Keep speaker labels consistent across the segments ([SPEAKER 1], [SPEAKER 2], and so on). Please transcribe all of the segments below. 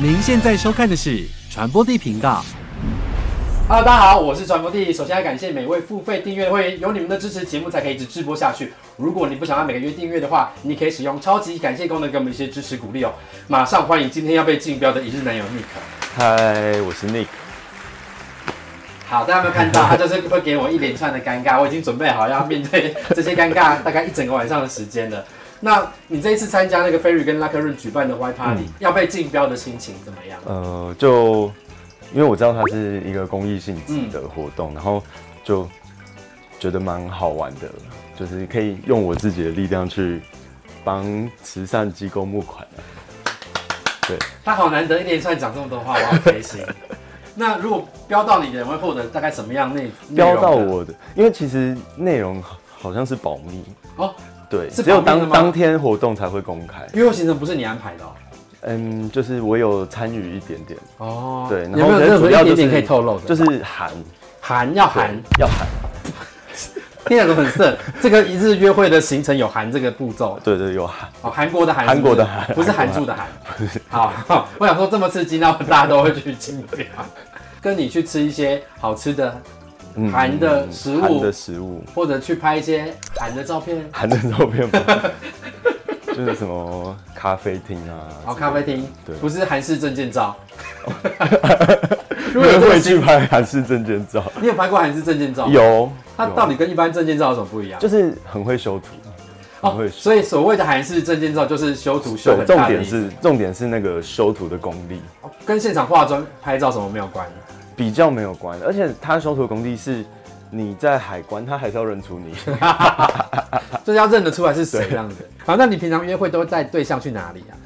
[SPEAKER 1] 您现在收看的是传播地频道。
[SPEAKER 2] Hello，大家好，我是传播帝。首先要感谢每位付费订阅的会员，有你们的支持，节目才可以一直直播下去。如果你不想要每个月订阅的话，你可以使用超级感谢功能给我们一些支持鼓励哦。马上欢迎今天要被竞标的一日男友 Nick。
[SPEAKER 3] 嗨，我是 Nick。
[SPEAKER 2] 好，大家有没 有看到？他就是会给我一连串的尴尬，我已经准备好要面对这些尴尬，大概一整个晚上的时间了。那你这一次参加那个 Ferry 跟 Locker Room 举办的 Y Party，、要
[SPEAKER 1] 嗯
[SPEAKER 2] 被竞标的心情怎么样？
[SPEAKER 3] 呃，就因为我知道它是一个公益性质的活动，然后就觉得蛮好玩的，就是可以用我自己的力量去帮慈善机构募款、啊。对，
[SPEAKER 2] 他好难得一连串讲这么多话，我好开 心。那如果标到你的人会获得大概什么样内
[SPEAKER 3] 标到
[SPEAKER 2] 内容
[SPEAKER 3] 我的，因为其实内容好好像是保密，
[SPEAKER 2] 哦，
[SPEAKER 3] 对，
[SPEAKER 2] 是
[SPEAKER 3] 只有
[SPEAKER 2] 保密的
[SPEAKER 3] 当
[SPEAKER 2] 吗
[SPEAKER 3] 当天活动才会公开。
[SPEAKER 2] 约会行程不是你安排的哦。
[SPEAKER 3] 嗯，就是我有参与一点点，
[SPEAKER 2] 哦
[SPEAKER 3] 对，
[SPEAKER 2] 有没有
[SPEAKER 3] 可
[SPEAKER 2] 任
[SPEAKER 3] 能
[SPEAKER 2] 何
[SPEAKER 3] 主
[SPEAKER 2] 一
[SPEAKER 3] 要就
[SPEAKER 2] 点
[SPEAKER 3] 是
[SPEAKER 2] 点可以透露的？
[SPEAKER 3] 就是是喊，
[SPEAKER 2] 含要
[SPEAKER 3] 对
[SPEAKER 2] 含，
[SPEAKER 3] 要喊，
[SPEAKER 2] 听起来都很色。 这个一日约会的行程有含这个步骤
[SPEAKER 3] 对对，有喊。
[SPEAKER 2] 哦，韩国的韩，
[SPEAKER 3] 韩国的韩
[SPEAKER 2] 不是韩住的韩。好好， 我想说这么刺激，那大家都会去竞标。 跟你去吃一些好吃的，
[SPEAKER 3] 嗯
[SPEAKER 2] 含的食物
[SPEAKER 3] 含的食物，
[SPEAKER 2] 或者去拍一些韩的照片，
[SPEAKER 3] 含的照片吗？ 就是什么咖啡厅啊，
[SPEAKER 2] 好哦咖啡厅，
[SPEAKER 3] 对
[SPEAKER 2] 不是韩式证件照。如果
[SPEAKER 3] 因为
[SPEAKER 2] 有这个
[SPEAKER 3] 会去拍韩式证件照，
[SPEAKER 2] 你有拍过韩式证件照？，
[SPEAKER 3] 有，
[SPEAKER 2] 它
[SPEAKER 3] 有
[SPEAKER 2] 到底跟一般证件照有什么不一样？
[SPEAKER 3] 就是很会修图，很会修。
[SPEAKER 2] 所以所谓的韩式证件照就是修图修
[SPEAKER 3] 对，
[SPEAKER 2] 很大
[SPEAKER 3] 重
[SPEAKER 2] 的意
[SPEAKER 3] 点
[SPEAKER 2] 思
[SPEAKER 3] 是重点是那个修图的功力
[SPEAKER 2] 跟现场化妆拍照什么没有关。
[SPEAKER 3] 比较没有关，而且他修图的功力是你在海关，他还是要认出 你。
[SPEAKER 2] 就是要认得出来是谁这样子。好，那你平常约会都带对象去哪里啊？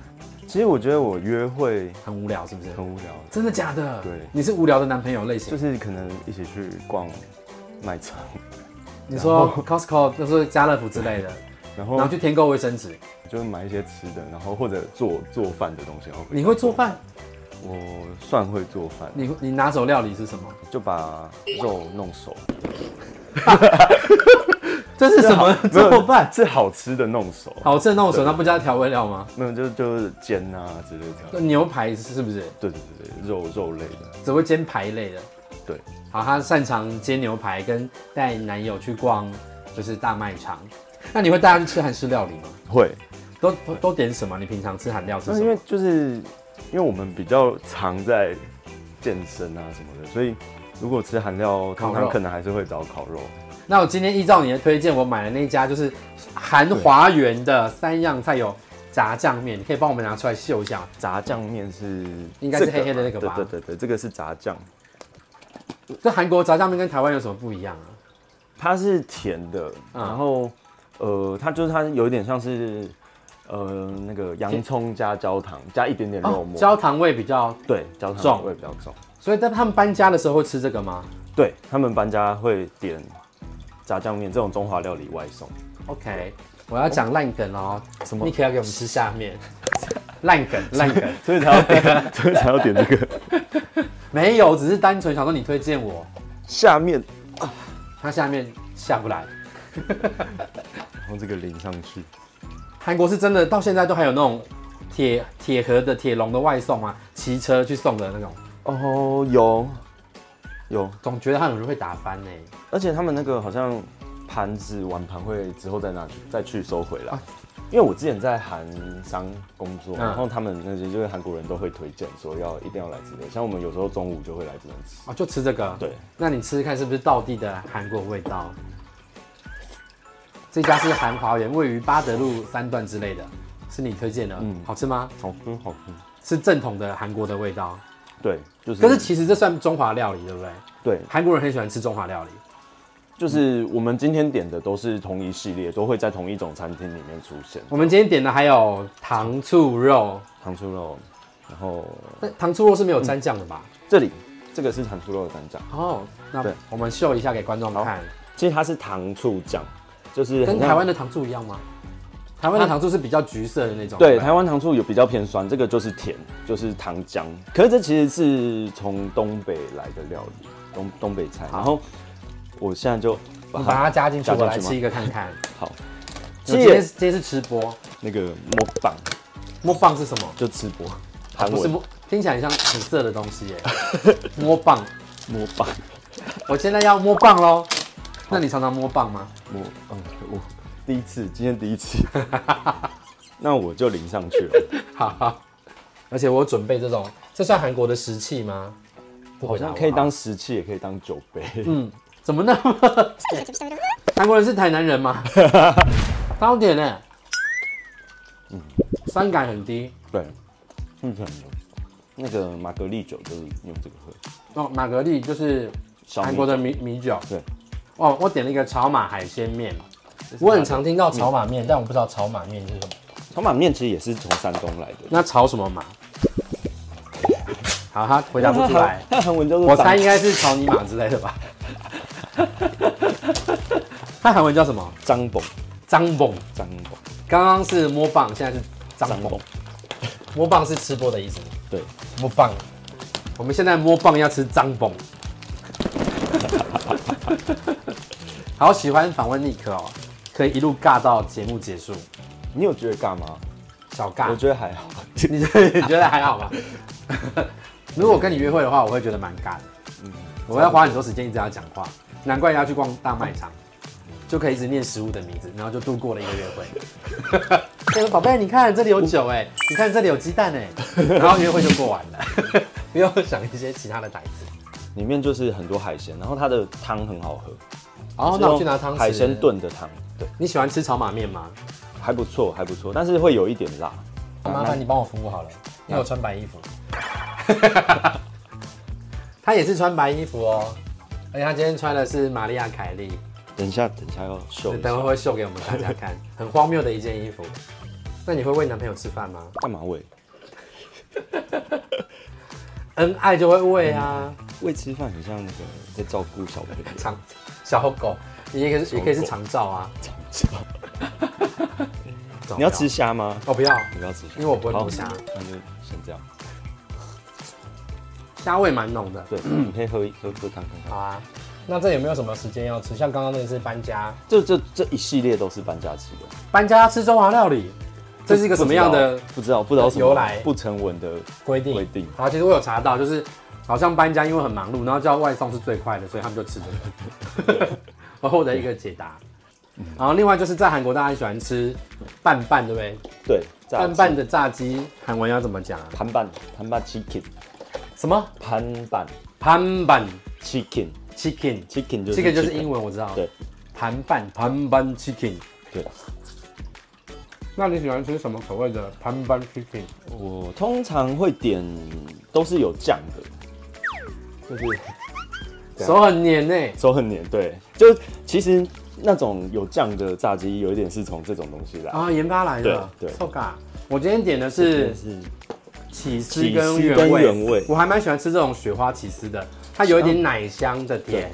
[SPEAKER 3] 其实我觉得我约会
[SPEAKER 2] 很无聊是不是？
[SPEAKER 3] 很无聊，
[SPEAKER 2] 真的假的？
[SPEAKER 3] 对
[SPEAKER 2] 你是无聊的男朋友类型。
[SPEAKER 3] 就是可能一起去逛卖场，
[SPEAKER 2] 你说 Costco 就是家乐福之类的，
[SPEAKER 3] 然
[SPEAKER 2] 然后
[SPEAKER 3] 后
[SPEAKER 2] 去添购卫生纸。
[SPEAKER 3] 就买一些吃的，然后或者做做饭的东西。然后
[SPEAKER 2] 你会做饭？
[SPEAKER 3] 我算会做饭，
[SPEAKER 2] 你你拿手料理是什么？
[SPEAKER 3] 就把肉弄熟。
[SPEAKER 2] 这是什么
[SPEAKER 3] 没有
[SPEAKER 2] 做饭？
[SPEAKER 3] 是好吃的弄熟，
[SPEAKER 2] 好吃的那种手，那不加调味料吗？
[SPEAKER 3] 没有就就是煎啊之类这样。
[SPEAKER 2] 牛排是不是？
[SPEAKER 3] 对对对对，肉肉类的，
[SPEAKER 2] 只会煎排类的。
[SPEAKER 3] 对，
[SPEAKER 2] 好，他擅长煎牛排，跟带男友去逛就是大卖场。那你会带他去吃韩式料理吗？
[SPEAKER 3] 会。
[SPEAKER 2] 都都都点什么？你平常吃韩料是
[SPEAKER 3] 那
[SPEAKER 2] 什
[SPEAKER 3] 嗯因为
[SPEAKER 2] 么？
[SPEAKER 3] 就是因为我们比较常在健身啊什么的，所以如果吃韩料，
[SPEAKER 2] 烤肉
[SPEAKER 3] 通常可能还是会找烤肉。
[SPEAKER 2] 那我今天依照你的推荐，我买了那一家就是韩华园的三样菜有炸酱面，你可以帮我们拿出来秀一下吗。
[SPEAKER 3] 炸酱面是
[SPEAKER 2] 应该是
[SPEAKER 3] 这
[SPEAKER 2] 黑黑的那个吧
[SPEAKER 3] 对对对对，这个是炸酱，嗯
[SPEAKER 2] 这韩国炸酱面跟台湾有什么不一样啊？
[SPEAKER 3] 它是甜的，
[SPEAKER 2] 嗯
[SPEAKER 3] 然后呃，它就是它有点像是呃那个洋葱加焦糖加一点点肉
[SPEAKER 2] 哦
[SPEAKER 3] 末，
[SPEAKER 2] 焦糖味比较，
[SPEAKER 3] 对焦糖
[SPEAKER 2] 重
[SPEAKER 3] 味比较重。
[SPEAKER 2] 所以在他们搬家的时候会吃这个吗
[SPEAKER 3] 对他们搬家会点炸酱面这种中华料理外送，
[SPEAKER 2] ？OK，我要讲烂梗哦，
[SPEAKER 3] 哦什么
[SPEAKER 2] 你可要给我们吃下面，烂梗烂梗，
[SPEAKER 3] 所以才 要点，所以才要点这个
[SPEAKER 2] 没有，只是单纯想说你推荐我，
[SPEAKER 3] 下面，
[SPEAKER 2] 它下面下不来。
[SPEAKER 3] 然后这个淋上去，
[SPEAKER 2] 韩国是真的到现在都还有那种铁铁盒的铁笼的外送啊，骑车去送的那种，
[SPEAKER 3] 哦，有有，
[SPEAKER 2] 总觉得他有人会打翻呢、
[SPEAKER 3] 而且他们那个好像盘子碗盘会之后再拿去再去收回来。因为我之前在韩商工作，
[SPEAKER 2] 啊嗯
[SPEAKER 3] 然后他们那些就是韩国人都会推荐说要一定要来这边，像我们有时候中午就会来这边吃。
[SPEAKER 2] 哦，就吃这个。
[SPEAKER 3] 对，
[SPEAKER 2] 那你吃吃看是不是道地的韩国味道？这家是韩华园，位于巴德路三段之类的，是你推荐的，嗯
[SPEAKER 3] 嗯，
[SPEAKER 2] 好吃吗？
[SPEAKER 3] 好吃好吃，
[SPEAKER 2] 是正统的韩国的味道，
[SPEAKER 3] 对，就是。
[SPEAKER 2] 可是其实这算中华料理，对不对？
[SPEAKER 3] 对，
[SPEAKER 2] 韩国人很喜欢吃中华料理，
[SPEAKER 3] 就是我们今天点的都是同一系列，都会在同一种餐厅里面出现。
[SPEAKER 2] 我们今天点的还有糖醋肉，
[SPEAKER 3] 糖醋肉，然后
[SPEAKER 2] 但糖醋肉是没有蘸酱的吧？
[SPEAKER 3] 这里这个是糖醋肉的蘸酱，
[SPEAKER 2] 哦，那
[SPEAKER 3] 对
[SPEAKER 2] 我们秀一下给观众看，
[SPEAKER 3] 其实它是糖醋酱，就是
[SPEAKER 2] 跟
[SPEAKER 3] 很像
[SPEAKER 2] 台湾的糖醋一样吗？台湾的糖醋是比较橘色的那种，
[SPEAKER 3] 对
[SPEAKER 2] 吧
[SPEAKER 3] 台湾糖醋有比较偏酸，这个就是甜，就是糖浆。可是这其实是从东北来的料理，东东北菜。然后我现在就把
[SPEAKER 2] 你把
[SPEAKER 3] 它
[SPEAKER 2] 它加进去，
[SPEAKER 3] 加进
[SPEAKER 2] 我
[SPEAKER 3] 去
[SPEAKER 2] 来
[SPEAKER 3] 吗
[SPEAKER 2] 吃一个看看。
[SPEAKER 3] 好，
[SPEAKER 2] 今
[SPEAKER 3] 这
[SPEAKER 2] 天
[SPEAKER 3] 也
[SPEAKER 2] 今天是吃播，
[SPEAKER 3] 那个模仿
[SPEAKER 2] 摸棒是什么？
[SPEAKER 3] 就吃播，韩
[SPEAKER 2] 不是
[SPEAKER 3] 文
[SPEAKER 2] 摸，听听起来很像很色的东西耶， 摸棒。
[SPEAKER 3] 摸棒，
[SPEAKER 2] 我现在要摸棒喽。那你常常摸棒吗？
[SPEAKER 3] 摸，嗯， 我第一次，今天第一次，那我就淋上去了。
[SPEAKER 2] 哈哈。 而且我有准备这种，这算韩国的石器吗？不
[SPEAKER 3] 好
[SPEAKER 2] 回答
[SPEAKER 3] 像
[SPEAKER 2] 我
[SPEAKER 3] 可以当石器，也可以当酒杯。嗯，
[SPEAKER 2] 怎么那 么？韩国人是台南人 吗？高点呢？嗯酸感很低
[SPEAKER 3] 对，嗯，很浓。那个玛格丽酒就是用这个喝，
[SPEAKER 2] 哦。玛格丽就是
[SPEAKER 3] 小米
[SPEAKER 2] 韩国的米米酒。
[SPEAKER 3] 对，
[SPEAKER 2] 哦，我点了一个炒马海鲜面。我很常听到炒马面，但我不知道炒马面是什么。
[SPEAKER 3] 炒马面其实也是从山东来的。
[SPEAKER 2] 那炒什么马？好，他回答不出来。
[SPEAKER 3] 它的韩文叫 做
[SPEAKER 2] 我猜
[SPEAKER 3] 长
[SPEAKER 2] 应该是草泥马之类的 吧。它韩文叫什么？
[SPEAKER 3] 张蹦
[SPEAKER 2] 张蹦。
[SPEAKER 3] 张蹦
[SPEAKER 2] 刚刚是摸棒，现在是张
[SPEAKER 3] 张
[SPEAKER 2] 蹦
[SPEAKER 3] 蹦。，
[SPEAKER 2] 摸棒是吃播的意思吗。
[SPEAKER 3] 对，
[SPEAKER 2] 摸棒，我们现在摸棒要吃张蹦。好喜欢访问尼克哦，可以一路尬到节目结束，
[SPEAKER 3] 你有觉得尬吗？
[SPEAKER 2] 小尬。
[SPEAKER 3] 啊我觉得还 好，
[SPEAKER 2] 你觉得 你觉得还好吗？如果跟你约会的话，我会觉得蛮尬的。
[SPEAKER 3] 嗯
[SPEAKER 2] 我要花很多时间一直要讲话，难怪要去逛大卖场，就可以一直念食物的名字，然后就度过了一个约 会。我说宝贝，你看这里有酒哎、你看这里有鸡蛋 哎、然后约会就过完了， 不用想一些其他的台词。
[SPEAKER 3] 里面就是很多海鲜，然后它的汤很好喝。
[SPEAKER 2] 然后
[SPEAKER 3] 是
[SPEAKER 2] 那我
[SPEAKER 3] 用
[SPEAKER 2] 去拿汤匙。
[SPEAKER 3] 海鲜。炖的汤，对，
[SPEAKER 2] 你喜欢吃炒马面吗？
[SPEAKER 3] 还不错，还不错，但是会有一点辣。啊
[SPEAKER 2] 麻烦你帮我服务好了，因为我穿白衣服。 他也是穿白衣服哦，而且他今天穿的是玛丽亚凯莉，
[SPEAKER 3] 等一下，等一下要秀一
[SPEAKER 2] 等会
[SPEAKER 3] 下，
[SPEAKER 2] 会秀给我们大家 看，很荒谬的一件衣服。那你会喂男朋友吃饭吗？
[SPEAKER 3] 干嘛喂？
[SPEAKER 2] 恩爱就会喂啊，
[SPEAKER 3] 喂吃饭很像那个在照顾小 朋友。
[SPEAKER 2] 长小狗，你也可以是
[SPEAKER 3] 狗
[SPEAKER 2] 也可以是长照啊。
[SPEAKER 3] 你要吃？虾吗？
[SPEAKER 2] 哦我不要，
[SPEAKER 3] 你不要吃虾，
[SPEAKER 2] 因为我不会剥虾
[SPEAKER 3] 好那就先这样。
[SPEAKER 2] 虾味蛮浓的。
[SPEAKER 3] 对，你可以喝一喝喝汤看
[SPEAKER 2] 好
[SPEAKER 3] 看。
[SPEAKER 2] 啊，那这有没有什么时间要吃？像刚刚那个是搬家，
[SPEAKER 3] 这这这一系列都是搬家吃的，
[SPEAKER 2] 搬家要吃中华料理，这是一个什么样的
[SPEAKER 3] 不知道不知道不知道什么
[SPEAKER 2] 由来
[SPEAKER 3] 不成文的
[SPEAKER 2] 规定，
[SPEAKER 3] 规定
[SPEAKER 2] 好，其实我有查到，就是好像搬家因为很忙碌，然后叫外送是最快的，所以他们就吃这个。 我获得一个解答。然后另外就是在韩国大家很喜欢吃拌拌，对不对？
[SPEAKER 3] 对，
[SPEAKER 2] 拌拌的炸鸡韩文要怎么讲啊？
[SPEAKER 3] 盘拌盘拌 chicken
[SPEAKER 2] 什么？
[SPEAKER 3] 盘拌
[SPEAKER 2] 盘拌
[SPEAKER 3] chicken
[SPEAKER 2] chicken。
[SPEAKER 3] chicken 就是
[SPEAKER 2] chicken 就是英文，我知道。
[SPEAKER 3] 对，
[SPEAKER 2] 盘拌盘拌 chicken。
[SPEAKER 3] 对。
[SPEAKER 2] 那你喜欢吃什么口味的盘拌 chicken？
[SPEAKER 3] 我通常会点都是有酱的，就是对啊
[SPEAKER 2] 手很黏欸呢、
[SPEAKER 3] 手很黏，对，就其实那种有酱的炸鸡有一点是从这种东西来，
[SPEAKER 2] 啊，研发来的。
[SPEAKER 3] 对对
[SPEAKER 2] 臭嘎。我今天点的
[SPEAKER 3] 就是是
[SPEAKER 2] 起司
[SPEAKER 3] 起司
[SPEAKER 2] 跟原
[SPEAKER 3] 跟
[SPEAKER 2] 味，
[SPEAKER 3] 原味哦
[SPEAKER 2] 我还蛮喜欢吃这种雪花起司的，它有一点奶香的甜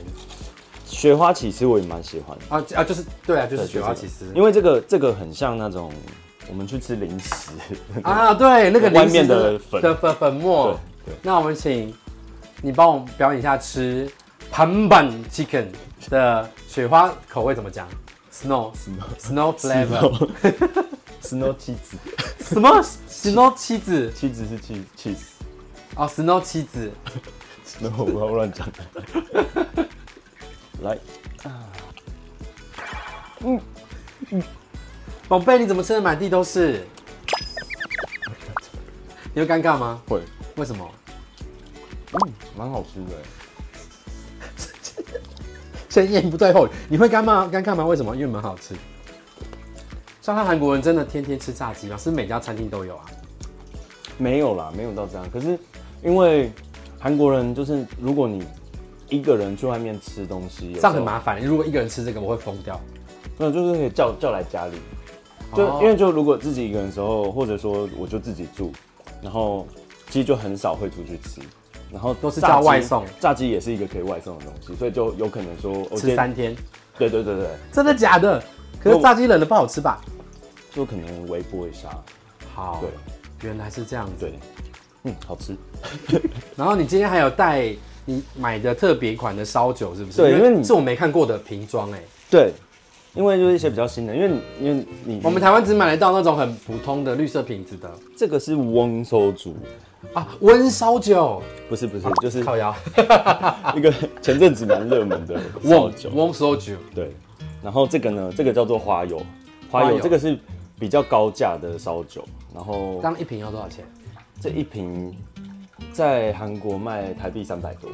[SPEAKER 3] 雪花起司我也蛮喜欢的，
[SPEAKER 2] 啊啊，就是对啊，就是
[SPEAKER 3] 对
[SPEAKER 2] 雪花起司
[SPEAKER 3] 就这个因为这个这个很像那种我们去吃零食，
[SPEAKER 2] 啊，对，那个
[SPEAKER 3] 外
[SPEAKER 2] 零食
[SPEAKER 3] 面的粉
[SPEAKER 2] 的粉粉末。
[SPEAKER 3] 对对
[SPEAKER 2] 那我们请你帮我们表演一下吃盘板 chicken 的雪花口味怎么讲？Snow snow flavor
[SPEAKER 3] snow 妻子，
[SPEAKER 2] 什么 snow 妻子
[SPEAKER 3] 妻子是 cheese cheese，
[SPEAKER 2] 哦 snow 妻子，
[SPEAKER 3] 那我不要乱讲，来，
[SPEAKER 2] 宝贝你怎么吃的满地都是？你会尴尬吗？
[SPEAKER 3] 会，
[SPEAKER 2] 为什么？
[SPEAKER 3] 嗯，蛮好吃的耶，
[SPEAKER 2] 欸先言不对后语，你会干嘛？干尬吗？为什么？因为蛮好吃。像他韩国人真的天天吃炸鸡吗？是不是每家餐厅都有啊？
[SPEAKER 3] 没有啦，没有到这样。可是因为韩国人就是，如果你一个人去外面吃东西，
[SPEAKER 2] 这样很麻
[SPEAKER 3] 烦。
[SPEAKER 2] 烦。如果一个人吃这个，我会疯掉。
[SPEAKER 3] 没有，就是可以叫叫来家里。就、
[SPEAKER 2] 哦
[SPEAKER 3] 因为就如果自己一个人的时候，或者说我就自己住，然后其实就很少会出去吃。然后
[SPEAKER 2] 都是
[SPEAKER 3] 炸
[SPEAKER 2] 叫
[SPEAKER 3] 鸡
[SPEAKER 2] 外送
[SPEAKER 3] 炸鸡也是一个可以外送的东西，所以就有可能说，我今
[SPEAKER 2] 吃
[SPEAKER 3] 天
[SPEAKER 2] 三天，
[SPEAKER 3] 对对对对，
[SPEAKER 2] 真的假的？可
[SPEAKER 3] 那
[SPEAKER 2] 是
[SPEAKER 3] 我
[SPEAKER 2] 炸鸡冷的不好吃吧？
[SPEAKER 3] 就可能微波一下，
[SPEAKER 2] 好，
[SPEAKER 3] 对
[SPEAKER 2] 原来是这样子。
[SPEAKER 3] 对，嗯，好吃。
[SPEAKER 2] 然后你今天还有带你买的特别款的烧酒，是不是？
[SPEAKER 3] 对因为你嗯
[SPEAKER 2] 是我没看过的瓶装哎、
[SPEAKER 3] 对，因为就是一些比较新的，因为你因为你
[SPEAKER 2] 我们台湾只买得到那种很普通的绿色瓶子的。
[SPEAKER 3] 这个是翁收竹，
[SPEAKER 2] 啊，温烧酒，
[SPEAKER 3] 不是不是，就是
[SPEAKER 2] 烤窑，
[SPEAKER 3] 一 个前阵子蛮热门的 烧
[SPEAKER 2] 瓮
[SPEAKER 3] 酒。
[SPEAKER 2] 瓮烧酒，
[SPEAKER 3] 对，然后这个呢，这个叫做花油，花油
[SPEAKER 2] 花油
[SPEAKER 3] 这个是比较高价的烧酒，然后
[SPEAKER 2] 当一瓶要多少钱？
[SPEAKER 3] 这一瓶在韩国卖台币三百多，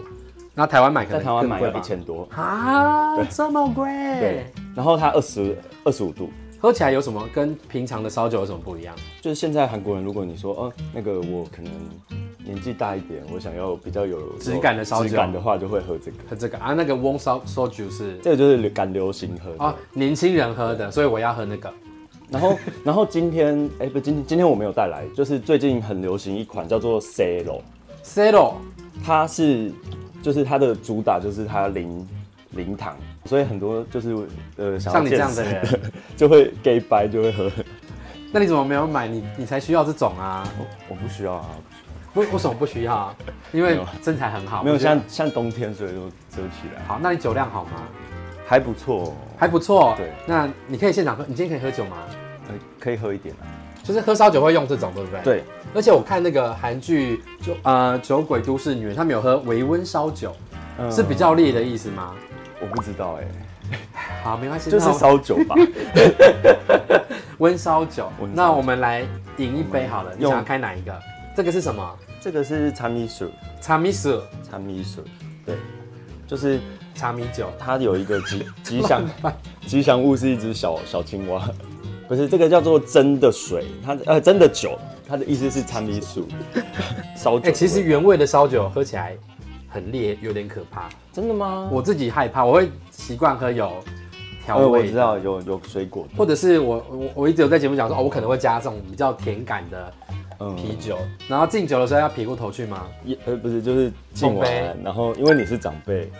[SPEAKER 2] 那台湾买可能
[SPEAKER 3] 在台湾买
[SPEAKER 2] 更
[SPEAKER 3] 要
[SPEAKER 2] 贵吧
[SPEAKER 3] 一千多。
[SPEAKER 2] 啊，这么
[SPEAKER 3] 对
[SPEAKER 2] 贵，，
[SPEAKER 3] 然后它二十二十五度，
[SPEAKER 2] 喝起来有什么跟平常的烧酒有什么不一样？
[SPEAKER 3] 就是现在韩国人，如果你说，呃，那个我可能年纪大一点，我想要比较有
[SPEAKER 2] 质感的烧酒
[SPEAKER 3] 质感的话就会喝这个。
[SPEAKER 2] 喝这个啊，那个瓮烧烧酒是
[SPEAKER 3] 这个就是敢流行喝的。
[SPEAKER 2] 啊，年轻人喝的，所以我要喝那个
[SPEAKER 3] 然后，然后今天，哎、不，今今天我没有带来，就是最近很流行一款叫做 Cero，
[SPEAKER 2] Zero
[SPEAKER 3] 它是就是它的主打就是它零零糖，所以很多就是呃想要
[SPEAKER 2] 像你这样的
[SPEAKER 3] 健身
[SPEAKER 2] 人，
[SPEAKER 3] 就会 gay 白就会喝。
[SPEAKER 2] 那你怎么没有买？你你才需要这种啊，
[SPEAKER 3] 我我不需要啊，
[SPEAKER 2] 为为什么不需要啊？因为身材很好，
[SPEAKER 3] 没有
[SPEAKER 2] 我觉得
[SPEAKER 3] 像像冬天所以就遮起来，
[SPEAKER 2] 好，那你酒量好吗？
[SPEAKER 3] 还不错、哦，
[SPEAKER 2] 还不错，
[SPEAKER 3] 对
[SPEAKER 2] 那你可以现场喝，你今天可以喝酒吗？
[SPEAKER 3] 呃可以喝一点啊。
[SPEAKER 2] 就是喝烧酒会用这种，对不对？。
[SPEAKER 3] 对，
[SPEAKER 2] 而且我看那个韩剧《酒呃酒鬼都市女人》，他们有喝微温烧酒，
[SPEAKER 3] 嗯
[SPEAKER 2] 是比较烈的意思吗？
[SPEAKER 3] 我不知道哎、
[SPEAKER 2] 嗯好，没关系，
[SPEAKER 3] 就是
[SPEAKER 2] 那我
[SPEAKER 3] 烧酒 吧，
[SPEAKER 2] 温烧酒
[SPEAKER 3] 温烧酒。
[SPEAKER 2] 那我们来饮一杯好了，你
[SPEAKER 3] 用
[SPEAKER 2] 想要开哪一个？这个是什么？
[SPEAKER 3] 这个是茶米酒，
[SPEAKER 2] 茶米酒，
[SPEAKER 3] 茶米酒，对，就是
[SPEAKER 2] 茶米酒。
[SPEAKER 3] 它有一个吉 吉祥吉祥物是一只小小青蛙，不是这个叫做真的水，它的呃真的酒，它的意思是参 米鼠烧酒
[SPEAKER 2] 哎、
[SPEAKER 3] 味。
[SPEAKER 2] 其实原味的烧酒喝起来很烈，有点可怕。
[SPEAKER 3] 真的吗？
[SPEAKER 2] 我自己害怕，我会习惯喝有调
[SPEAKER 3] 呃我
[SPEAKER 2] 味
[SPEAKER 3] 知
[SPEAKER 2] 的，
[SPEAKER 3] 道有有水果的，
[SPEAKER 2] 或者是我我我一直有在节目讲说，哦，我可能会加这种比较甜感的
[SPEAKER 3] 嗯
[SPEAKER 2] 啤酒，然后敬酒的时候要撇过头去吗？
[SPEAKER 3] 也呃不是就是敬
[SPEAKER 2] 碰
[SPEAKER 3] 完
[SPEAKER 2] 杯，
[SPEAKER 3] 然后因为你是长辈，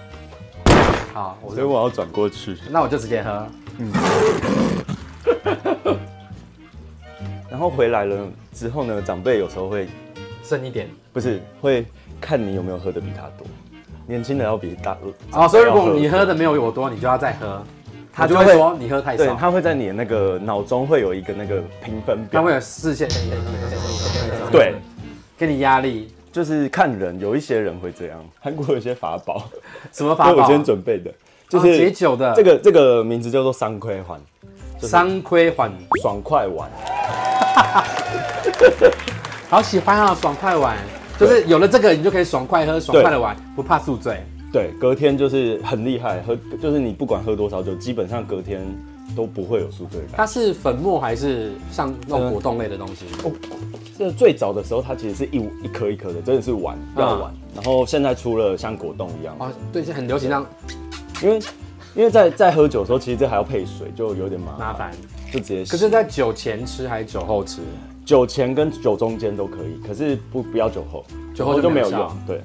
[SPEAKER 2] 好，我
[SPEAKER 3] 所以我要转过去。
[SPEAKER 2] 那我就直接喝。
[SPEAKER 3] 然后回来了之后呢，长辈有时候会
[SPEAKER 2] 剩一点。
[SPEAKER 3] 不是会看你有没有喝的比他多，年轻的要比大
[SPEAKER 2] 哦，所以如果你
[SPEAKER 3] 要
[SPEAKER 2] 喝的没有我多，你就要再喝，他
[SPEAKER 3] 他就
[SPEAKER 2] 就
[SPEAKER 3] 会
[SPEAKER 2] 会说你喝太
[SPEAKER 3] 对，
[SPEAKER 2] 少，
[SPEAKER 3] 他会在你的那个脑中会有一个那个评分
[SPEAKER 2] 他
[SPEAKER 3] 表
[SPEAKER 2] 会，有视线
[SPEAKER 3] 对，
[SPEAKER 2] 给你压力。
[SPEAKER 3] 就是看人，有一些人会这样。 韩国有一些法宝，
[SPEAKER 2] 什么法
[SPEAKER 3] 对我
[SPEAKER 2] 宝
[SPEAKER 3] 今？天准备的，就
[SPEAKER 2] 哦解
[SPEAKER 3] 是
[SPEAKER 2] 酒的
[SPEAKER 3] 这个这个名字叫做三亏环，是
[SPEAKER 2] 三亏缓，
[SPEAKER 3] 爽快丸。
[SPEAKER 2] 好喜欢啊，爽快玩，就是有了这个，你就可以爽快喝，爽快的玩，不怕宿醉。
[SPEAKER 3] 对，隔天就是很厉害，喝就是你不管喝多少酒，基本上隔天都不会有宿醉感。
[SPEAKER 2] 它是粉末还是像那种果冻类的东西？
[SPEAKER 3] 哦这最早的时候，它其实是一一颗一颗的，真的是丸药丸。然后现在出了像果冻一样，
[SPEAKER 2] 嗯哦，对，是很流行，让
[SPEAKER 3] 因为因为在在喝酒的时候，其实这还要配水，就有点麻
[SPEAKER 2] 麻
[SPEAKER 3] 烦，
[SPEAKER 2] 烦。
[SPEAKER 3] 就直接洗。
[SPEAKER 2] 可是，在酒前吃还是酒后吃？
[SPEAKER 3] 酒前跟酒中间都可以，可是不不要酒后，
[SPEAKER 2] 酒后就没有效啊
[SPEAKER 3] 用。对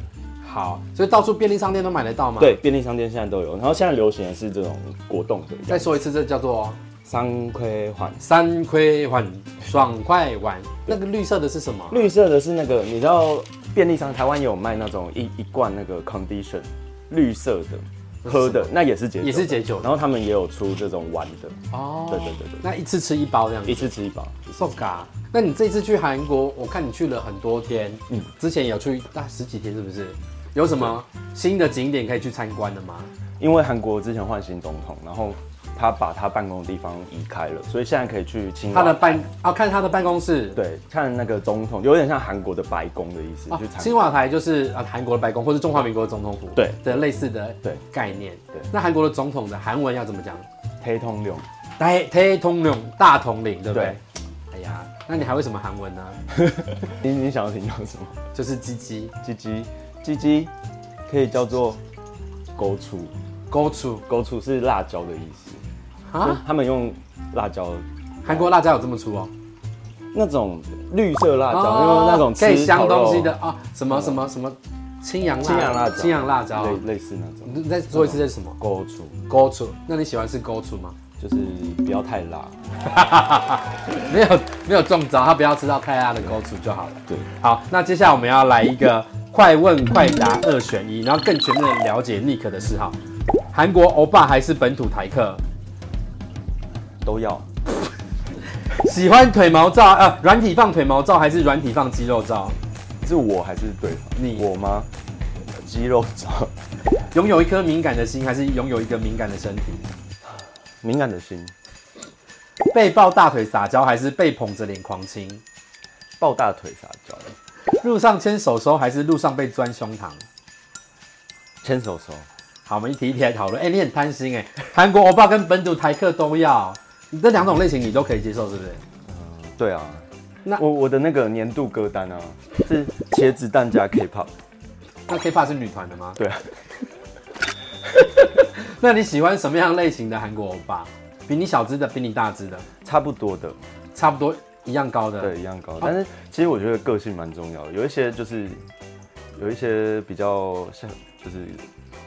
[SPEAKER 2] 好，所以到处便利商店都买得到吗？
[SPEAKER 3] 对，，便利商店现在都有。然后现在流行的是这种果冻的，
[SPEAKER 2] 再说一次，这叫做
[SPEAKER 3] 三亏环。
[SPEAKER 2] 三亏缓爽快丸。那个绿色的是什么？
[SPEAKER 3] 绿色的是那个，你知道便利商台湾也有卖那种一一罐那个 condition 绿色的喝的，那也是解酒的
[SPEAKER 2] 也是解酒的
[SPEAKER 3] 然后他们也有出这种丸的，
[SPEAKER 2] 哦
[SPEAKER 3] 对对对对
[SPEAKER 2] 那一次吃一包这样子
[SPEAKER 3] 一。次吃一包。
[SPEAKER 2] So ga，那你这次去韩国，我看你去了很多天，嗯，之前有去大十几天，是不是？有什么新的景点可以去参观的吗？
[SPEAKER 3] 因为韩国之前换新总统，然后他把他办公的地方移开了，所以现在可以去青
[SPEAKER 2] 他
[SPEAKER 3] 瓦
[SPEAKER 2] 的
[SPEAKER 3] 台。
[SPEAKER 2] 办啊，看他的办公室，
[SPEAKER 3] 对，看那个总统，有点像韩国的白宫的意思，
[SPEAKER 2] 啊
[SPEAKER 3] 去，参
[SPEAKER 2] 青瓦台就是啊韩国的白宫或是中华民国的总统府，
[SPEAKER 3] 对
[SPEAKER 2] 的类似的
[SPEAKER 3] 对
[SPEAKER 2] 概念。
[SPEAKER 3] 对
[SPEAKER 2] 那韩国的总统的韩文要怎么讲？
[SPEAKER 3] 黑通流。
[SPEAKER 2] 大大统领，大统领，对不对
[SPEAKER 3] 对？
[SPEAKER 2] 哎呀，那你还会什么韩文呢？
[SPEAKER 3] 你你想要听到什么？
[SPEAKER 2] 就是鸡鸡
[SPEAKER 3] 鸡鸡鸡鸡可以叫做勾醋，
[SPEAKER 2] 勾出
[SPEAKER 3] 勾醋是辣椒的意思。
[SPEAKER 2] 啊，
[SPEAKER 3] 他们用辣椒
[SPEAKER 2] 韩国辣椒有这么粗哦？
[SPEAKER 3] 那种绿色辣椒，
[SPEAKER 2] 哦
[SPEAKER 3] 因为那种吃
[SPEAKER 2] 可以香
[SPEAKER 3] 烤肉
[SPEAKER 2] 东西的啊，什么什么什么青阳辣
[SPEAKER 3] 青阳辣椒，
[SPEAKER 2] 青阳辣椒。
[SPEAKER 3] 类类似那种
[SPEAKER 2] 你再说一次这是什么？
[SPEAKER 3] 勾醋，
[SPEAKER 2] 勾出？那你喜欢吃勾出吗？
[SPEAKER 3] 就是不要太辣。
[SPEAKER 2] 没有没有中招，他不要吃到太辣的勾出就好了。
[SPEAKER 3] 对，
[SPEAKER 2] 好，那接下来我们要来一个快问快答二选一，然后更全面的了解 Nick 的嗜好。韩国欧巴还是本土台客？
[SPEAKER 3] 都要
[SPEAKER 2] 喜欢腿毛照呃软体放腿毛照还是软体放肌肉照？
[SPEAKER 3] 是我还是对方？
[SPEAKER 2] 你
[SPEAKER 3] 我吗？肌肉找
[SPEAKER 2] 拥有一颗敏感的心，还是拥有一个敏感的身体？
[SPEAKER 3] 敏感的心，
[SPEAKER 2] 被抱大腿撒娇，还是被捧着脸狂亲？
[SPEAKER 3] 抱大腿撒娇，
[SPEAKER 2] 路上牵手手，还是路上被钻胸膛？
[SPEAKER 3] 牵手手，
[SPEAKER 2] 好，我们一题一题来讨论。哎、你很贪心哎、韩国欧巴跟本土台客都要，哦你这两种类型你都可以接受，是不是？
[SPEAKER 3] 对啊。
[SPEAKER 2] 那
[SPEAKER 3] 那我我的那个年度歌单啊，是茄子蛋加 K-pop，
[SPEAKER 2] 那 K-pop 是女团的吗？
[SPEAKER 3] 对啊，
[SPEAKER 2] 那你喜欢什么样类型的韩国欧巴？比你小只的，比你大只的，
[SPEAKER 3] 差不多的，
[SPEAKER 2] 差不多一样高的。
[SPEAKER 3] 对，，一样高。但是其实我觉得个性蛮重要的，有一些就是有一些比较像就是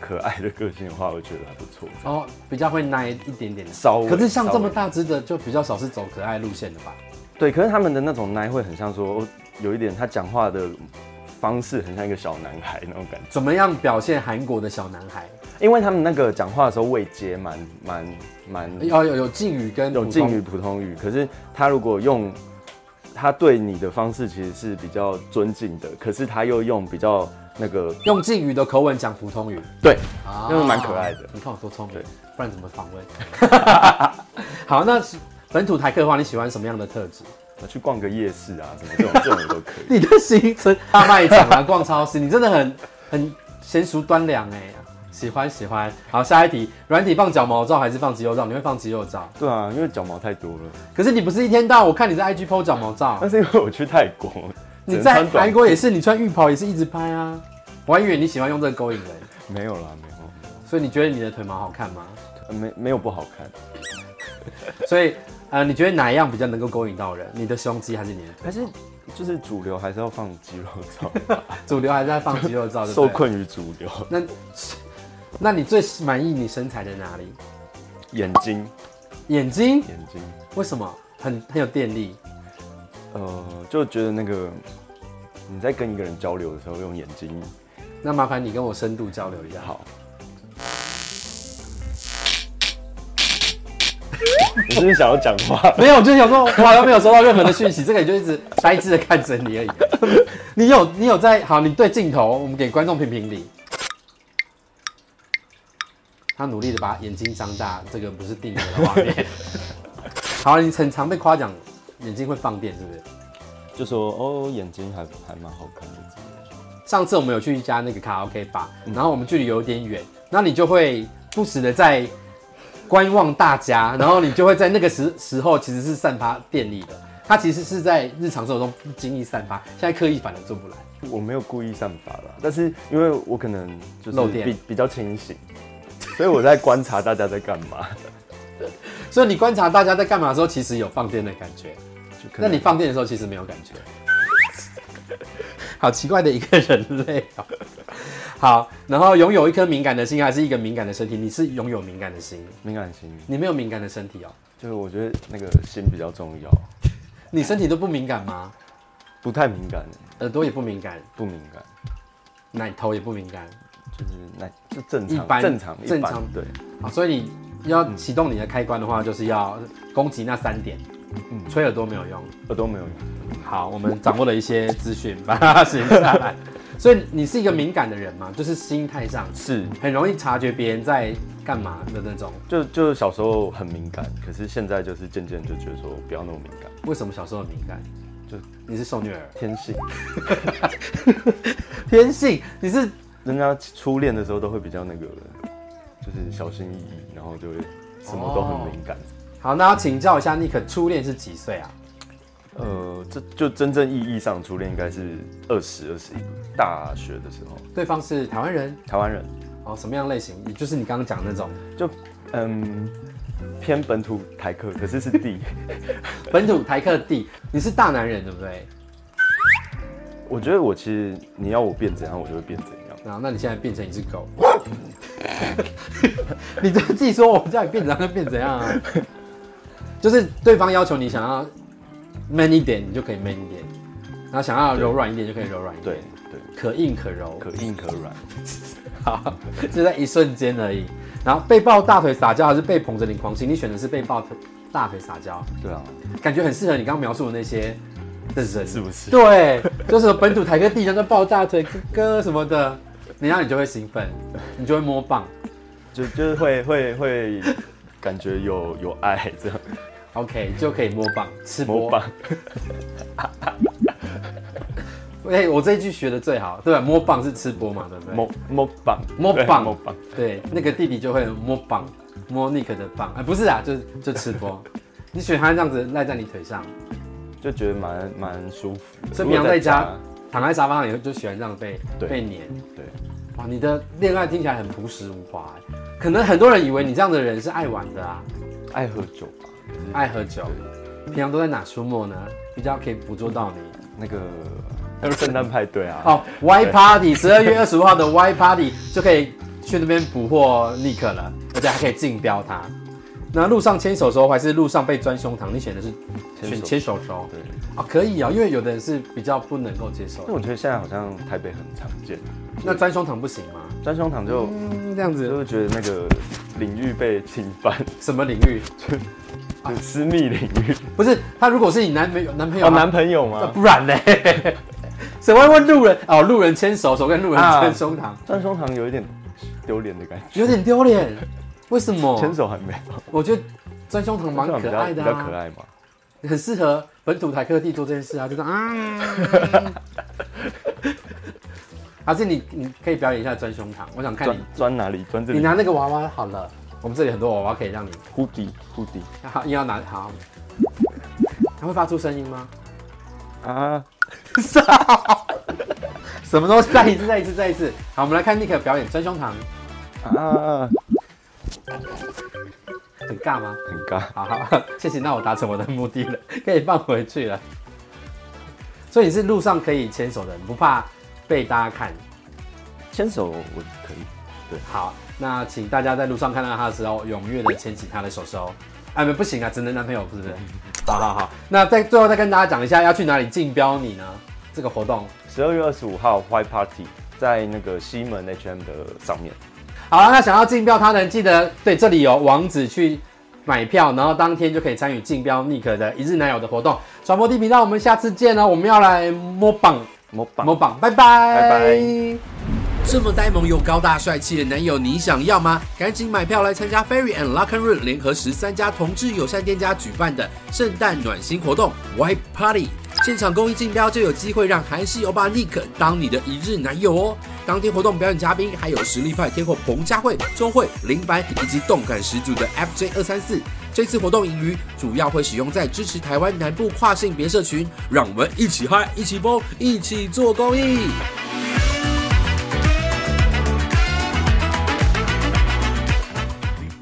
[SPEAKER 3] 可爱的个性的话，我觉得还不错。
[SPEAKER 2] 哦，比较会耐一点点。
[SPEAKER 3] 稍微，
[SPEAKER 2] 可是像这么
[SPEAKER 3] 稍微，
[SPEAKER 2] 大只的，就比较少是走可爱路线的吧？
[SPEAKER 3] 对，可是他们的那种奶会很像说，哦有一点他讲话的方式很像一个小男孩那种感觉，
[SPEAKER 2] 怎么样表现韩国的小男孩？
[SPEAKER 3] 因为他们那个讲话的时候位阶蛮蛮蛮
[SPEAKER 2] 哦有有有敬语跟
[SPEAKER 3] 嗯有
[SPEAKER 2] 普
[SPEAKER 3] 敬
[SPEAKER 2] 通
[SPEAKER 3] 语、普通语，可是他如果用他对你的方式，其实是比较尊敬的，可是他又用比较那个
[SPEAKER 2] 用敬语的口吻讲普通语，
[SPEAKER 3] 对，
[SPEAKER 2] 啊
[SPEAKER 3] 那个蛮可爱的
[SPEAKER 2] 你看我多聪明
[SPEAKER 3] 对，
[SPEAKER 2] 不然怎么访问？ 好，那是本土台客的话，你喜欢什么样的特质？
[SPEAKER 3] 去逛个夜市啊，什么这种这种我都可 以。
[SPEAKER 2] 你的行 程大卖场啊，逛超市，你真的很很娴熟端良哎、喜欢喜欢。好，下一题，软体放脚毛照还是放肌肉照？你会放肌肉照，
[SPEAKER 3] 对啊，因为脚毛太多了，
[SPEAKER 2] 可是你不是一天到晚我看你在 IG PO 脚毛照
[SPEAKER 3] 但，是因为我去泰 国，
[SPEAKER 2] 你
[SPEAKER 3] 呃只能
[SPEAKER 2] 在
[SPEAKER 3] 穿短
[SPEAKER 2] 韩国也是，你穿浴袍也是一直拍啊。我还以为你喜欢用这个勾引人，
[SPEAKER 3] 没有啦，没有
[SPEAKER 2] 所以你觉得你的腿毛好看吗？
[SPEAKER 3] 呃，没没有不好看，
[SPEAKER 2] 所以呃，你觉得哪一样比较能够勾引到人？你的胸肌还是你的腿？
[SPEAKER 3] 还是就是主流还是要放肌肉 照，
[SPEAKER 2] 主流还是在放肌肉照，对不
[SPEAKER 3] 受
[SPEAKER 2] 对？
[SPEAKER 3] 困于主流。
[SPEAKER 2] 那那你最满意你身材的哪里？
[SPEAKER 3] 眼睛，
[SPEAKER 2] 眼睛？
[SPEAKER 3] 眼睛，
[SPEAKER 2] 为什么？很很有电力。
[SPEAKER 3] 呃，就觉得那个你在跟一个人交流的时候用眼睛
[SPEAKER 2] 那麻烦你跟我深度交流一下。
[SPEAKER 3] 好。你是不是想要讲 话？
[SPEAKER 2] 没有，我就是想说，我好像没有收到任何的讯息，这个也就一直呆滞的看着你而已。 你有你有在好，你对镜头，我们给观众评评理。他努力的把眼睛张大，这个不是定格的画 面。好，你很常被夸奖眼睛会放电，是不是？
[SPEAKER 3] 就说哦，眼睛还还蛮好看的之类的。
[SPEAKER 2] 上次我们有去一家那个卡拉 OK 吧，然后我们距离有点远，那你就会不时的在观望大 家，然后你就会在那个时时候其实是散发电力的，它其实是在日常生活中不经意散发，现在刻意反而做不来。
[SPEAKER 3] 我没有故意散发啦，但是因为我可能就
[SPEAKER 2] 漏
[SPEAKER 3] 是
[SPEAKER 2] 电
[SPEAKER 3] 比比较清醒，所以我在观察大家在干 嘛。
[SPEAKER 2] 所以你观察大家在干嘛的时候，其实有放电的感觉，
[SPEAKER 3] 就可
[SPEAKER 2] 那
[SPEAKER 3] 能
[SPEAKER 2] 你放电的时候其实没有感觉。 好奇怪的一个人类哦。好，然后拥有一颗敏感的心，还是一个敏感的身体？你是拥有敏感的心，
[SPEAKER 3] 敏感型，
[SPEAKER 2] 你没有敏感的身体哦。
[SPEAKER 3] 就是我觉得那个心比较重要，
[SPEAKER 2] 你身体都不敏感吗？
[SPEAKER 3] 不太敏感，
[SPEAKER 2] 耳朵也不敏感，
[SPEAKER 3] 不敏感，
[SPEAKER 2] 奶头也不敏感
[SPEAKER 3] 就是那就正
[SPEAKER 2] 一
[SPEAKER 3] 常
[SPEAKER 2] 般
[SPEAKER 3] 正常一
[SPEAKER 2] 正
[SPEAKER 3] 般
[SPEAKER 2] 常
[SPEAKER 3] 对，
[SPEAKER 2] 啊，所以你要启动你的开关的话，就是要攻击那三点，吹耳朵没有用。
[SPEAKER 3] 耳朵没有用。
[SPEAKER 2] 好，我们掌握了一些资讯，把它写下来。所以你是一个敏感的人嘛，就是心态上
[SPEAKER 3] 是，
[SPEAKER 2] 很容易察觉别人在干嘛的那种。
[SPEAKER 3] 就就小时候很敏感，可是现在就是渐渐就觉得说不要那么敏感，
[SPEAKER 2] 为什么小时候很敏感？就
[SPEAKER 3] 就
[SPEAKER 2] 你是受虐儿，
[SPEAKER 3] 天性。
[SPEAKER 2] 天性，你是
[SPEAKER 3] 人家初恋的时候都会比较那个，就是小心翼翼，然后就会什么都很敏感。
[SPEAKER 2] 好。那要请教一下 Nick，初恋是几岁啊？
[SPEAKER 3] 呃，这就真正意义上初恋应该是二十二十一，大学的时候，
[SPEAKER 2] 对方是台湾人
[SPEAKER 3] 台湾人
[SPEAKER 2] 哦，什么样类型？也就是你刚刚讲的那种
[SPEAKER 3] 就嗯偏本土台客，可是是 地，
[SPEAKER 2] 本土台客地，你是大男人对不对？
[SPEAKER 3] 我觉得我其实你要我变怎样，我就会变怎样。
[SPEAKER 2] 然后，那你现在变成一只狗， 你这自己说我叫你变怎样就变怎样啊？就是对方要求你想要 man 一点，你就可以 man 一点；然后想要柔软一点，就可以柔软一点。
[SPEAKER 3] 对对，
[SPEAKER 2] 可硬可柔，
[SPEAKER 3] 可硬可软，
[SPEAKER 2] 好， 就在一瞬间而已。然后被抱大腿撒娇还是被捧着你狂亲？你选的是被抱大腿撒娇，
[SPEAKER 3] 对啊，
[SPEAKER 2] 感觉很适合你刚刚描述的那些的人，
[SPEAKER 3] 是不是？
[SPEAKER 2] 对，就是本土台哥地上在抱大腿哥哥什么的，你让你就会兴奋，你就会摸棒。
[SPEAKER 3] 就就是会会会感觉有有爱这样，
[SPEAKER 2] OK，就可以摸棒吃
[SPEAKER 3] 模
[SPEAKER 2] 播。
[SPEAKER 3] 仿
[SPEAKER 2] 哎、我这一句学的最好，对吧？摸棒是吃播嘛，对不对？
[SPEAKER 3] 模模仿
[SPEAKER 2] 摸
[SPEAKER 3] 对
[SPEAKER 2] 棒
[SPEAKER 3] 模仿，
[SPEAKER 2] 对，那个弟弟就会摸棒，摸 Nick 的棒，哎、不是啊，就就吃播。 你喜欢他这样子赖在你腿上，
[SPEAKER 3] 就觉得蛮蛮舒服的。
[SPEAKER 2] 所以平常在家
[SPEAKER 3] 如果
[SPEAKER 2] 躺在沙发上，你就喜欢这样被
[SPEAKER 3] 对
[SPEAKER 2] 被黏。
[SPEAKER 3] 对，
[SPEAKER 2] 哇，你的恋爱听起来很朴实无华、哎可能很多人以为你这样的人是爱玩的啊，
[SPEAKER 3] 在家爱喝酒吧，
[SPEAKER 2] 爱喝酒，平常都在哪出没呢？比较可以捕捉到你。
[SPEAKER 3] 那个圣诞派对啊，
[SPEAKER 2] 哦，Y Party 十二月二十五号的 Y Party 就可以去那边捕获尼克了，而且还可以竞标他。那路上牵手手还是路上被钻胸膛？你选的是
[SPEAKER 3] 牵
[SPEAKER 2] 选
[SPEAKER 3] 手
[SPEAKER 2] 牵手手
[SPEAKER 3] 对。
[SPEAKER 2] 啊、可以啊、因为有的人是比较不能够接受
[SPEAKER 3] 那。我觉得现在好像台北很常见，
[SPEAKER 2] 那钻胸膛不行吗？
[SPEAKER 3] 专胸堂就
[SPEAKER 2] 嗯，这样子
[SPEAKER 3] 就是觉得那个领域被侵犯，
[SPEAKER 2] 什么领域？
[SPEAKER 3] 就私密领域。
[SPEAKER 2] 不是他，如果是你男朋友男朋友
[SPEAKER 3] 哦，
[SPEAKER 2] 啊，
[SPEAKER 3] 男朋友
[SPEAKER 2] 那
[SPEAKER 3] 吗？
[SPEAKER 2] 不然 呢？谁会问路人哦？路人牵手手跟路人
[SPEAKER 3] 啊
[SPEAKER 2] 钻胸膛，
[SPEAKER 3] 专胸堂有一点丢脸的感觉，
[SPEAKER 2] 有点丢脸。为什么？
[SPEAKER 3] 牵手还没有，
[SPEAKER 2] 我觉得钻胸膛哦蛮
[SPEAKER 3] 专胸堂比
[SPEAKER 2] 可
[SPEAKER 3] 较
[SPEAKER 2] 爱的、
[SPEAKER 3] 比
[SPEAKER 2] 啊，
[SPEAKER 3] 较可爱嘛。
[SPEAKER 2] 很适合本土台客地做这件事啊，就是啊， 还是你你可以表演一下钻胸膛，我想看
[SPEAKER 3] 钻
[SPEAKER 2] 你，
[SPEAKER 3] 钻哪里？钻这
[SPEAKER 2] 你
[SPEAKER 3] 里。
[SPEAKER 2] 拿那个娃娃好了，我们这里很多娃娃可以让你，
[SPEAKER 3] 呼迪呼迪
[SPEAKER 2] 好，硬要拿好，它会发出声音吗？
[SPEAKER 3] 啊！
[SPEAKER 2] 什么东西？再一次，再一次，再一次，好，我们来看 Nick 表演钻胸膛，
[SPEAKER 3] 啊，
[SPEAKER 2] 很尬吗？
[SPEAKER 3] 很尬。
[SPEAKER 2] 好 好，谢谢，那我达成我的目的了， 可以放回去了。所以你是路上可以牵手的，你不怕被大家看。
[SPEAKER 3] 牵手我可以，
[SPEAKER 2] 好，那请大家在路上看到他的时候，踊跃的牵起他的手手。哎，不行啊，只能男朋友，是不是？好好好，那在最后再跟大家讲一下，要去哪里竞标你呢？这个活动。
[SPEAKER 3] 十二月二十五号 White Party 在那个西门 HM 的上面。
[SPEAKER 2] 好了，那想要竞标他的人，记得对这里有网址去买票，然后当天就可以参与竞标 Nick 的一日男友的活动。传播地频道，我们下次见哦，我们要来摸榜。
[SPEAKER 3] 摸棒
[SPEAKER 2] 模仿，拜拜，
[SPEAKER 3] 拜拜。
[SPEAKER 2] 这么呆萌又高大帅气的男友，你想要吗？赶紧买票来参加 Ferry and Lock and Room 联合十三家同志友善店家举办的圣诞暖心活动 White Party，现场公益竞标就有机会让韩系欧巴 Nick 当你的一日男友哦。当天活动表演嘉宾还有实力派天后彭佳慧、周慧、林白以及动感十足的 FJ 二三四。这次活动盈余主要会使用在支持台湾南部跨性别社群，让我们一起嗨，一起疯，一起做公益。